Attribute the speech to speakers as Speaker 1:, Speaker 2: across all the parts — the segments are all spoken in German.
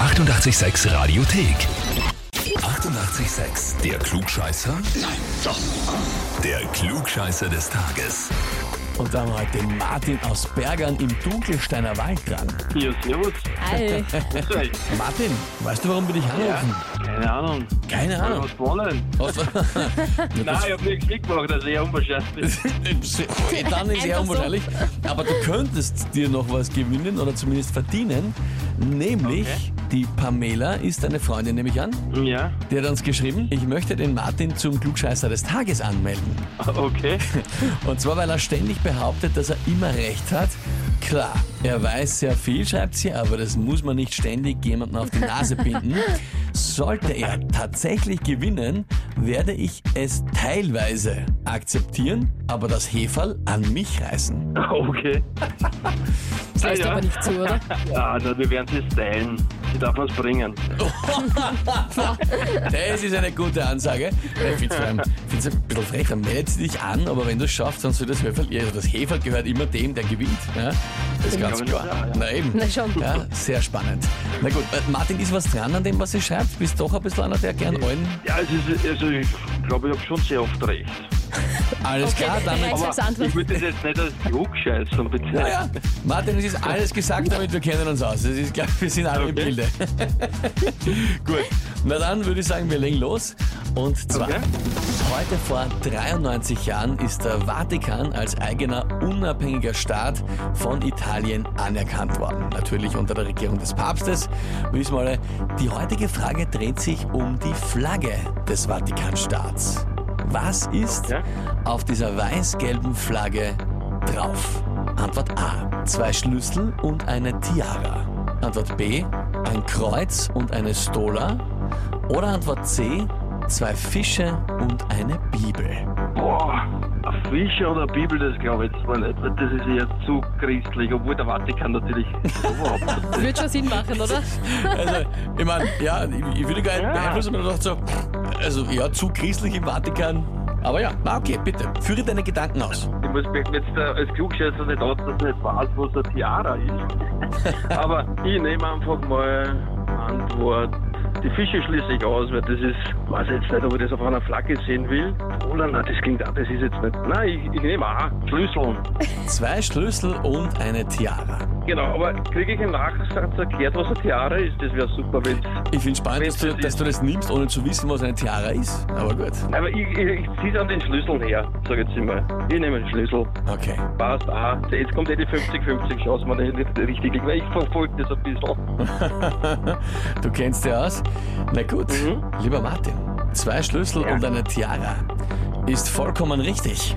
Speaker 1: 886 Radiothek. 88,6. Der Klugscheißer? Nein, doch. Der Klugscheißer des Tages.
Speaker 2: Und da haben wir heute den Martin aus Bergern im Dunkelsteiner Wald dran.
Speaker 3: Ja, servus.
Speaker 4: Hi.
Speaker 3: Grüß euch.
Speaker 2: Martin, weißt du, warum wir dich anrufen?
Speaker 3: Keine Ahnung.
Speaker 2: Keine
Speaker 3: Hab ich
Speaker 2: Ahnung.
Speaker 3: was gewonnen?
Speaker 2: Aus-
Speaker 3: Ah. Nein, ich hab nichts mitgemacht, also eher unwahrscheinlich.
Speaker 2: Okay, Dann ist eher
Speaker 4: Einfach so.
Speaker 2: unwahrscheinlich. Aber du könntest dir noch was gewinnen oder zumindest verdienen. Nämlich,
Speaker 3: Okay.
Speaker 2: die Pamela ist deine Freundin, nehme ich an.
Speaker 3: ja,
Speaker 2: Die hat uns geschrieben, ich möchte den Martin zum Klugscheißer des Tages anmelden.
Speaker 3: okay.
Speaker 2: Und zwar, weil er ständig behauptet, dass er immer recht hat. Klar, er weiß sehr viel, schreibt sie, aber das muss man nicht ständig jemanden auf die Nase binden. Sollte er tatsächlich gewinnen, werde ich es teilweise akzeptieren, aber das Heferl an mich reißen.
Speaker 3: Okay.
Speaker 4: Das lässt
Speaker 3: Ah, ja.
Speaker 4: aber nicht zu, oder?
Speaker 3: Ja, na, wir werden sie stylen. Sie darf uns bringen.
Speaker 2: Das ist eine gute Ansage. Ich finde es ein bisschen frech, dann meldet sie dich an, aber wenn du es schaffst, dann soll das Heferl, ja, das Heferl gehört immer dem, der gewinnt. Ja? Das ist ganz
Speaker 3: aber
Speaker 2: klar.
Speaker 3: nicht wahr, ja.
Speaker 2: Na eben.
Speaker 4: Na schon.
Speaker 2: Ja, sehr spannend. Na gut, äh, Martin, ist was dran an dem, was ihr schreibt? Bist doch ein bisschen einer, der gern allen...
Speaker 3: Ja, es ist, also ich glaube, ich hab schon sehr oft recht.
Speaker 2: Alles
Speaker 4: Okay,
Speaker 2: klar, damit...
Speaker 4: bereit.
Speaker 3: Aber
Speaker 4: sag's Antwort.
Speaker 3: ich würde das jetzt nicht als Klugscheißer bezeichnen.
Speaker 2: Ja, ja. Martin, es ist alles gesagt, damit wir kennen uns aus. Das ist klar, wir sind alle im
Speaker 3: Okay.
Speaker 2: Bilde. Gut, na dann würde ich sagen, wir legen los. Und zwar,
Speaker 3: Okay.
Speaker 2: heute vor 93 Jahren ist der Vatikan als eigener unabhängiger Staat von Italien anerkannt worden. Natürlich unter der Regierung des Papstes. Wissen wir alle, die heutige Frage dreht sich um die Flagge des Vatikanstaats. Was ist
Speaker 3: Ja.
Speaker 2: auf dieser weiß-gelben Flagge drauf? Antwort A. Zwei Schlüssel und eine Tiara. Antwort B. Ein Kreuz und eine Stola. Oder Antwort C. Zwei Fische und eine Bibel.
Speaker 3: Boah, ein Fisch oder eine Bibel, das glaube ich jetzt mal nicht. Das ist eher zu christlich, obwohl der Vatikan natürlich überhaupt
Speaker 4: Wird schon Sinn machen, oder?
Speaker 2: Also, ich meine, ja, ich, ich würde gar nicht
Speaker 3: Ja.
Speaker 2: beeinflussen, aber ich dachte so, also ja, zu christlich im Vatikan. Aber ja, na okay, bitte, führe deine Gedanken aus.
Speaker 3: Ich muss mich jetzt äh, als Klugscheißer nicht aus, dass ich nicht weiß, was eine Tiara ist. Aber ich nehme einfach mal Antwort. Die Fische schließe ich aus, weil das ist, weiß jetzt nicht, ob ich das auf einer Flagge sehen will. Oder nein, das klingt auch, das ist jetzt nicht. Nein, ich, ich nehme auch Schlüsseln.
Speaker 2: Zwei Schlüssel und eine Tiara.
Speaker 3: Genau, aber kriege ich im Nachsatz erklärt, was eine Tiara ist? Das wäre super, wenn
Speaker 2: Ich finde spannend, dass
Speaker 3: Wenn's
Speaker 2: du,
Speaker 3: das
Speaker 2: dass du das nimmst, ohne zu wissen, was eine Tiara ist. Aber gut.
Speaker 3: Aber ich, ich, ich ziehe an den Schlüssel her, sage jetzt immer. Ich nehme den Schlüssel.
Speaker 2: Okay.
Speaker 3: Passt, ah. Jetzt kommt eh die 50-50-Chance, man nicht richtig liegt. Weil ich verfolge das ein bisschen.
Speaker 2: du kennst dir aus. Na gut,
Speaker 3: Mhm.
Speaker 2: lieber Martin, zwei Schlüssel
Speaker 3: Ja.
Speaker 2: und eine Tiara ist vollkommen richtig.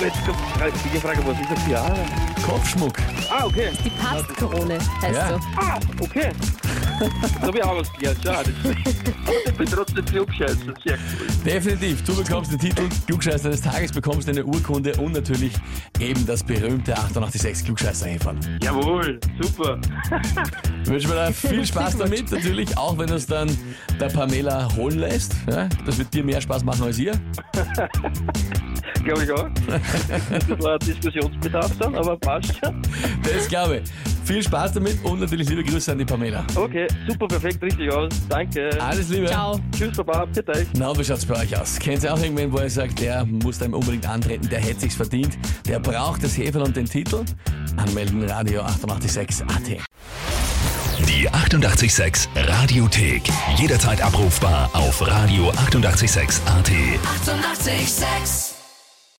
Speaker 3: Jetzt kommt die richtige Frage, was ist das Jahr?
Speaker 2: Kopfschmuck.
Speaker 3: Ah, okay.
Speaker 4: Die Papstkrone heißt
Speaker 2: Ja.
Speaker 4: so.
Speaker 3: Ah, okay. Da hab ich auch was gelernt, schade. Ich bin trotzdem klugscheiße, sehr cool.
Speaker 2: Definitiv. Du bekommst den Titel Klugscheißer des Tages, bekommst eine Urkunde und natürlich eben das berühmte 886 klugscheißer -Häferl.
Speaker 3: Jawohl, super.
Speaker 2: Wünschen wir dir viel Spaß damit, natürlich auch wenn du es dann der Pamela holen lässt. Ja, das wird dir mehr Spaß machen als ihr.
Speaker 3: Glaube ich auch. Das war ein Diskussionsbedarf dann, aber passt schon.
Speaker 2: Das glaube ich. Viel Spaß damit und natürlich liebe Grüße an die Pamela.
Speaker 3: Okay, super, perfekt, richtig aus. Danke.
Speaker 2: Alles Liebe.
Speaker 4: Ciao.
Speaker 3: Tschüss, Baba, bitte euch.
Speaker 2: Na, wie schaut's bei euch aus? Kennt ihr auch irgendwen, wo ihr sagt, der muss da unbedingt antreten, der hätte sich's verdient, der braucht das Heferl und den Titel? Anmelden Radio 886 AT.
Speaker 1: Die 88,6 Radiothek. Jederzeit abrufbar auf radio886.at. 88,6.
Speaker 5: Eighty-eight, sex.